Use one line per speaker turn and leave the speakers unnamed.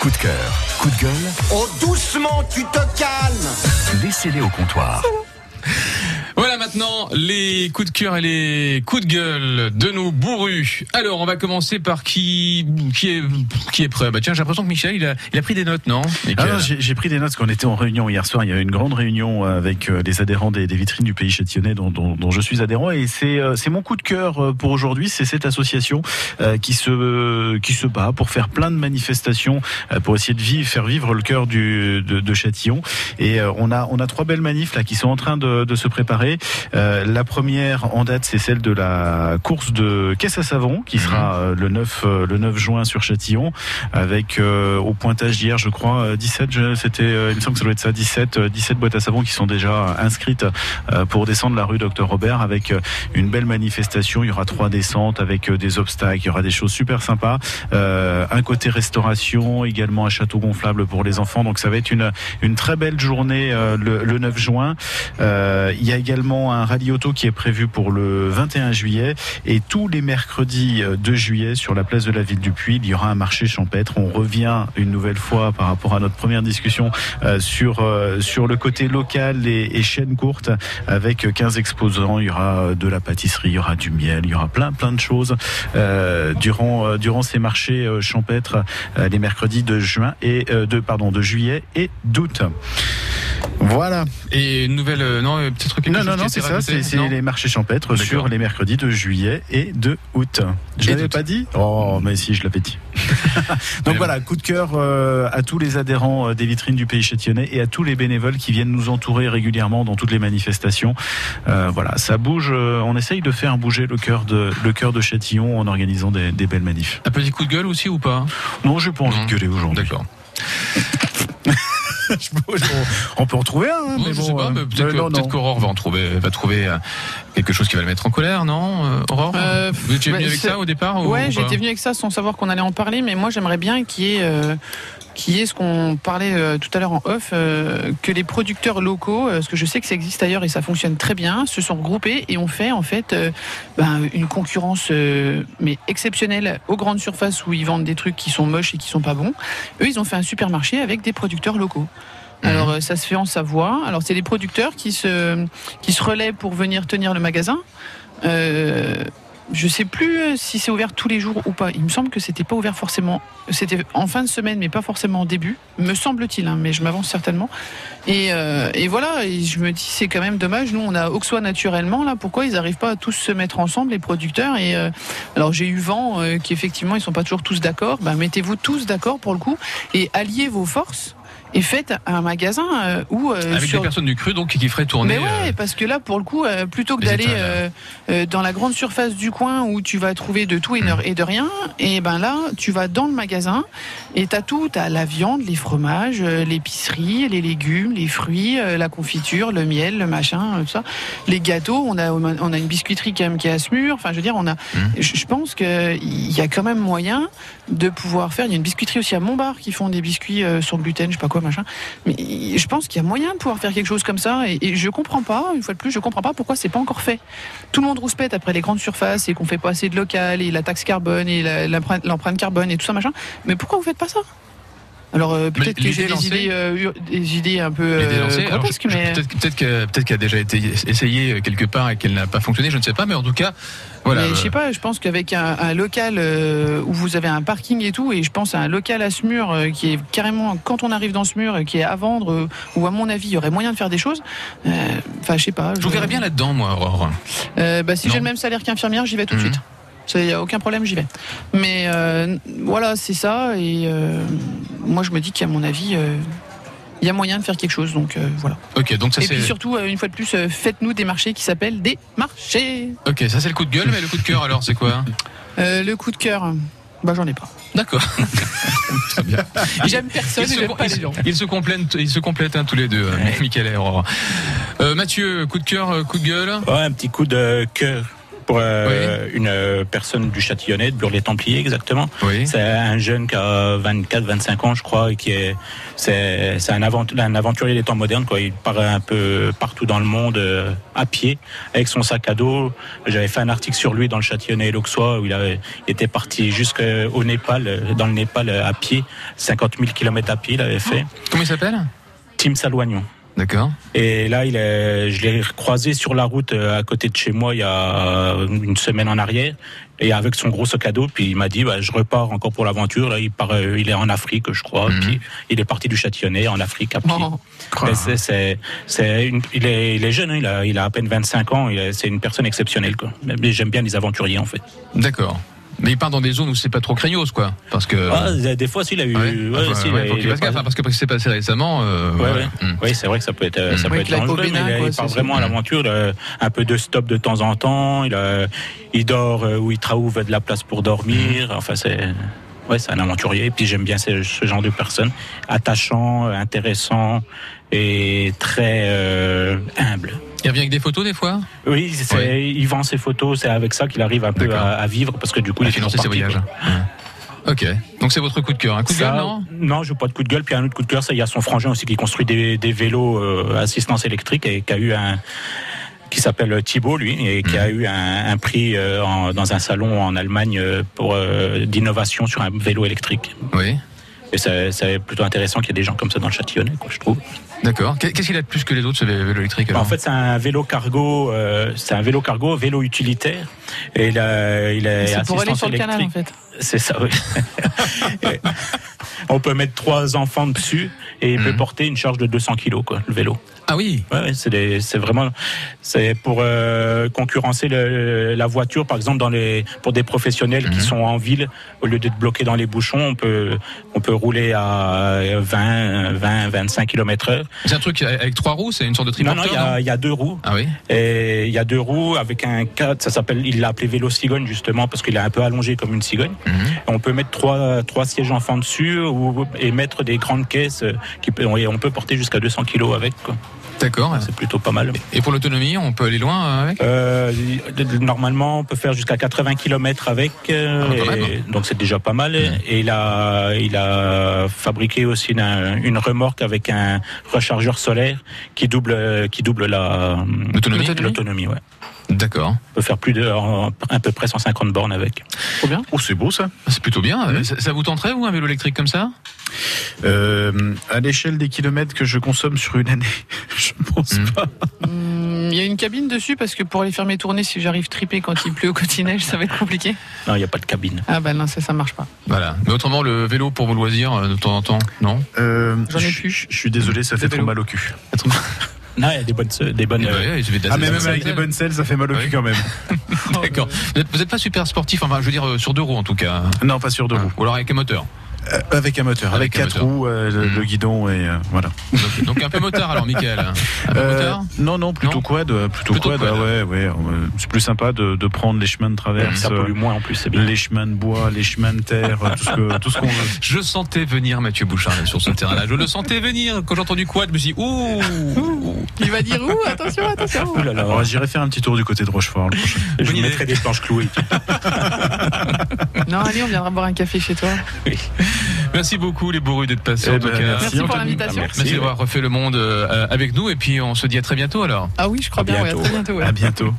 Coup de cœur, coup de gueule,
Oh doucement, tu te calmes
laissez-les au comptoir.
Voilà maintenant les coups de cœur et les coups de gueule de nos bourrus. Alors on va commencer par qui qui est qui est prêt. Bah tiens j'ai l'impression que Michel il a, il a pris des notes non
Ah
Michael
non, j'ai j'ai pris des notes parce qu'on était en réunion hier soir. Il y a eu une grande réunion avec euh, les adhérents des, des vitrines du pays châtillonnais dont, dont- dont je suis adhérent. Et c'est euh, c'est mon coup de cœur euh, pour aujourd'hui. C'est cette association euh, qui, se, qui se bat pour faire plein de manifestations, euh, pour essayer de vivre, faire vivre le cœur du, de, de Châtillon. Et euh, on a, on a trois belles manifs là, qui sont en train de, de se préparer. Euh, la première en date, c'est celle de la course de caisse à savon qui sera euh, le, 9, euh, le 9 juin sur Châtillon avec euh, au pointage d'hier, je crois, euh, 17, je- c'était, euh, il me semble que ça doit être ça, 17, euh, 17 boîtes à savon qui sont déjà inscrites euh, pour descendre la rue Docteur Robert avec euh, une belle manifestation. Il y aura trois descentes avec euh, des obstacles, il y aura des choses super sympas. Euh, un côté restauration, également un château gonflable pour les enfants. Donc ça va être une, une très belle journée euh, le, le 9 juin. Euh, il y a également un rallye auto qui est prévu pour le 21 juillet. Et tous les mercredis euh, 2 juillet, sur la place de la ville du Puy, il y aura un marché champêtre. On revient une nouvelle fois par rapport à notre première discussion euh, sur, euh, sur le côté local et, et chaîne courte avec 15 exposants. Il y aura euh, de la pâtisserie, il y aura du miel, il y aura plein, plein de choses euh, durant, euh, durant ces marchés euh, champêtres euh, les mercredis de, juin et, euh, de, pardon, de juillet et d'août. Voilà.
Et une nouvelle euh, non euh, peut-être quelque
Non,
chose
non,
qui
non,
a été
c'est ça,
rajouté,
c'est c'est
non
les marchés champêtres
D'accord.
sur les mercredis de juillet et de août. Je
Et
l'avais
d'août.
pas dit Oh, mais si, je l'avais dit. Donc
Mais
voilà, coup de cœur euh, à tous les adhérents euh, des vitrines du pays châtillonnais et à tous les bénévoles qui viennent nous entourer régulièrement dans toutes les manifestations. Euh, voilà, ça bouge, euh, on essaye de faire bouger le cœur de, le cœur de Châtillon en organisant des, des belles manifs.
Un petit coup de gueule aussi ou pas
Non, je pas envie
Non.
de gueuler aujourd'hui.
D'accord.
Je peux- on- on peut en trouver un, hein,
Bon,
mais
je
bon.
sais pas
euh,
mais peut-être
euh,
que-
non,
peut-être
non.
qu'Aurore va en trouver va trouver euh, quelque chose qui va le mettre en colère non euh, Aurore
Euh,
Vous étiez
bah,
venu avec
c'est-
ça au départ ou-
Ouais,
ou pas
j'étais venu avec ça sans savoir qu'on allait en parler, mais moi j'aimerais bien qu'il y ait, euh, qu'il y ait ce qu'on parlait euh, tout à l'heure en off, euh, que les producteurs locaux, euh, parce que je sais que ça existe ailleurs et ça fonctionne très bien, se sont regroupés et ont fait en fait euh, ben, une concurrence euh, mais exceptionnelle aux grandes surfaces où ils vendent des trucs qui sont moches et qui sont pas bons. Eux, ils ont fait un supermarché avec des producteurs locaux.
Mhm.
Alors euh, ça se fait en Savoie. Alors c'est des producteurs qui se qui se relaient pour venir tenir le magasin. Euh, je sais plus euh, si c'est ouvert tous les jours ou pas. Il me semble que c'était pas ouvert forcément. C'était en fin de semaine, mais pas forcément en début, me semble-t-il. hein, mais je m'avance certainement. Et, euh, et voilà. Et je me dis, c'est quand même dommage. Nous, on a Auxois naturellement là. Pourquoi ils n'arrivent pas à tous se mettre ensemble les producteurs Et euh, alors j'ai eu vent euh, qu'effectivement ils sont pas toujours tous d'accord. Ben, mettez-vous tous d'accord pour le coup et alliez vos forces et faites un magasin euh, où euh,
avec
sur
des personnes du cru donc qui ferait tourner
mais ouais,
euh,
parce que là, pour le coup, euh, plutôt que
les
d'aller
étals,
euh, euh, dans la grande surface du coin où tu vas trouver de tout et,
Hmm.
de- et de rien, et ben là, tu vas dans le magasin et t'as tout, t'as la viande, les fromages, euh, l'épicerie, les légumes, les fruits, euh, la confiture, le miel, le machin, euh, tout ça. Les gâteaux, on a on a une biscuiterie quand même qui est à ce mur. Enfin, je veux dire, on a.
Hmm.
Je je pense que il y a quand même moyen de pouvoir faire. Il y a une biscuiterie aussi à Montbard qui font des biscuits euh, sans gluten, je sais pas quoi, machin. Mais je pense qu'il y a moyen de pouvoir faire quelque chose comme ça. Et, et je comprends pas, une fois de plus, je comprends pas pourquoi c'est pas encore fait. Tout le monde rouspète après les grandes surfaces et qu'on fait pas assez de local et la taxe carbone et la- l'empreinte l'empreinte carbone et tout ça, machin. Mais pourquoi vous faites pas ça alors euh,
Mais
peut-être que j'ai
l'idée
des
lancée-
idées, euh, ur- des idées un peu
Les
euh,
dénoncer. Alors,
grotesques,
je- je-
mais
Peut-être peut-être que- peut-être qu'elle a déjà été essayée euh, quelque part et qu'elle n'a pas fonctionné, je ne sais pas, mais en tout cas, voilà.
Mais je sais
euh,
pas, je pense qu'avec un, un local euh, où vous avez un parking et tout, et je pense à un local à ce mur euh, qui est carrément, quand on arrive dans ce mur, euh, qui est à vendre, euh, ou à mon avis, il y aurait moyen de faire des choses. Euh, Enfin, je sais pas.
Je vous verrais bien là-dedans, moi, Aurore.
Euh, bah, si
Non.
j'ai le même salaire qu'infirmière, j'y vais tout de
Mhm.
suite. Il n'y a aucun problème, j'y vais. Mais euh, voilà, c'est ça. Et euh, moi, je me dis qu'à mon avis, euh, il y a moyen de faire quelque chose. Donc euh, voilà.
Ok, donc ça
et
c'est.
puis surtout, euh, une fois de plus, euh, faites-nous des marchés qui s'appellent des marchés.
Ok, ça c'est le coup de gueule, mais le coup de cœur alors c'est quoi
Euh, le coup de cœur, bah, j'en ai pas.
D'accord. Très bien.
J'aime personne
Ils
et
se,
j'aime pas
ils-
les gens.
ils se complètent, ils se complètent hein, tous les deux, Michael et Aurore. Euh, Mathieu, coup de cœur, euh, coup de gueule.
Ouais, un petit coup de cœur. pour euh, une euh, personne du Châtillonnet, de Bure-les-Templiers exactement.
Oui.
C'est un jeune qui a 24-25 ans, je crois, et qui est c'est c'est un, avent- un aventurier des temps modernes. Quoi. Il part un peu partout dans le monde euh, à pied avec son sac à dos. J'avais fait un article sur lui dans le Châtillonnet et l'Auxois où il, avait- il était parti jusqu'au Népal, euh, dans le Népal euh, à pied, 50 000 km à pied, il avait fait.
Comment il s'appelle
Tim Salouagnon.
D'accord.
Et là, il est- je l'ai croisé sur la route euh, à côté de chez moi il y a euh, une semaine en arrière, et avec son gros sac à dos. Puis il m'a dit, bah, je repars encore pour l'aventure. Là, il part, euh, il est en Afrique, je crois.
Mhm. Oh.
Puis il est parti du Châtillonnet en Afrique à pied.
Bon.
Mais c'est- c'est- c'est une- il, est, il est jeune, hein, il, a, il a à peine 25 ans. il est- C'est une personne exceptionnelle. Quoi. Mais J'aime bien les aventuriers, en fait.
D'accord. Mais il part dans des zones où c'est pas trop craignos, quoi. Parce que.
Ah, des fois, s'il a eu,
Ouais.
ouais,
Ah, Enfin,
s'il
ouais,
a-
faut qu'il
il est
fasse gaffe,
pas-
hein, parce que parce que c'est passé récemment. euh,
Ouais,
voilà.
ouais.
Mm.
Oui, c'est vrai que ça peut être, euh,
Mm.
ça
Oui,
peut être
qu'il a
dangereux, mais
Copéna,
il, a-
quoi,
il part
c'est- Mm.
vraiment à l'aventure, euh, un peu de stop de temps en temps, il, a- il dort euh, où il trouve de la place pour dormir,
Mm.
enfin c'est... Ouais, c'est un aventurier, et puis j'aime bien ce, ce genre de personnes, attachant, euh, intéressant et très euh, humble.
Il revient avec des photos des fois.
Oui, c'est,
Ouais.
il vend ses photos, c'est avec ça qu'il arrive un peu
D'accord.
à, à vivre, parce que du coup,
Il
il
a
est toujours
financé ses
parti,
voyages.
quoi.
Ah, Ouais. Ok. Donc c'est votre coup de cœur. Un coup de
Ça,
cœur, non
Non, je pas de coup de gueule. Puis un autre coup de cœur, ça, il y a son frangin aussi qui construit des, des vélos euh, assistance électrique et qui a eu un qui s'appelle Thibault, lui, et qui a eu un, un prix euh, en- dans un salon en Allemagne euh, pour euh, d'innovation sur un vélo électrique.
Oui.
Et c'est c'est plutôt intéressant qu'il y ait des gens comme ça dans le Châtillonnais, quoi, je trouve.
D'accord. Qu'est- Qu'est-ce qu'il a de plus que les autres, ce vé- vélo électrique alors
Bah, En fait, c'est un vélo cargo, euh, c'est un vélo cargo, vélo utilitaire, et il a- il est
C'est pour aller
assistance
sur le canal, en
électrique.
fait.
C'est ça, oui. Et on peut mettre trois enfants dessus et il peut
Mhm.
porter une charge de 200 kilos, quoi, le vélo.
Ah oui.
Ouais, ouais, c'est des- c'est vraiment c'est pour euh, concurrencer le- la voiture, par exemple, dans les, pour des professionnels qui sont en ville, au lieu d'être bloqués dans les bouchons, on peut, on peut rouler à 20, 20 25 km heure.
C'est un truc avec trois roues, c'est une sorte de
Non, non,
triporteur.
il y a, il y a deux roues.
Ah oui.
Et il y a deux roues avec un cadre, ça s'appelle, il l'a appelé vélo cigogne justement parce qu'il est un peu allongé comme une cigogne.
Mhm.
On peut mettre trois, trois sièges enfants dessus ou, et mettre des grandes caisses euh, qui peut- et on peut porter jusqu'à 200 kilos avec. quoi.
D'accord.
C'est plutôt pas mal.
Et pour l'autonomie, on peut aller loin euh, avec
Euh, normalement, on peut faire jusqu'à 80 km avec, euh,
Ah, quand
et-
même. Mhm.
donc c'est déjà pas mal. Et il a, il a fabriqué aussi une, une remorque avec un rechargeur solaire qui double, euh, qui double la
L'autonomie
l'autonomie. Ouais.
D'accord.
On peut faire plus de, en- à peu près 150 bornes avec.
Trop bien.
Oh, c'est beau ça.
C'est plutôt bien. Euh, Ça, ça vous tenterait, vous, un vélo électrique comme ça
Euh, à l'échelle des kilomètres que je consomme sur une année, je pense
Mm.
pas.
Hum, Il y a une cabine dessus parce que pour aller faire mes tournées, si j'arrive tripé quand il pleut ou quand il neige, ça va être compliqué.
Non, il n'y a pas de cabine.
Ah bah non, ça, ça marche pas.
Voilà. Mais autrement, le vélo pour vos loisirs, euh, de temps en temps, non
Euh,
J'en ai
je-
plus.
Je suis désolé, ça fait
Des
trop
vélos.
mal au cul.
Non, il y a des bonnes, des bonnes.
Eh ben, ouais, je vais de la-
Ah, mais
de la-
même avec des bonnes selles, ça fait mal au
Ouais.
cul quand même.
D'accord. Vous êtes- Vous n'êtes pas super sportif, enfin, je veux dire, euh, sur deux roues en tout cas.
Non, pas sur deux roues.
Ou alors avec un moteur.
Euh, avec un moteur, avec,
Avec un
quatre
moteur.
roues, euh, le,
Mm.
le guidon et euh, voilà.
Donc, donc un peu motard alors, Michael. Un peu
Euh,
motard
non, non, plutôt
Non
quad, euh, plutôt,
Plutôt
quad.
quad.
ah ouais, ouais. euh, C'est plus sympa de, de prendre les chemins de traverse,
Ça pollue
euh,
moins en plus, c'est bien.
les chemins de bois, les chemins de terre, euh, tout ce que- tout ce qu'on veut.
Je sentais venir Mathieu Bouchard là, sur ce terrain-là. Je le sentais venir. Quand j'ai entendu quad, je me suis dit, ouh, ouh.
Il va dire ouh, attention, attention.
Ouh là là.
Alors, J'irai faire un petit tour du côté de Rochefort. le prochain.
je
bonne
vous
idée.
mettrai des planches clouées.
Non, allez, on viendra boire un café chez toi.
Merci beaucoup, les bourrus, d'être passés. en
Eh
tout
ben,
cas.
merci.
Merci pour
Anthony.
l'invitation.
Ah,
Merci
Merci,
d'avoir refait le monde euh, avec nous. Et puis, on se dit à très bientôt alors.
Ah oui, je crois
À
bien, ouais, à
bientôt.
très bientôt. ouais.
À bientôt.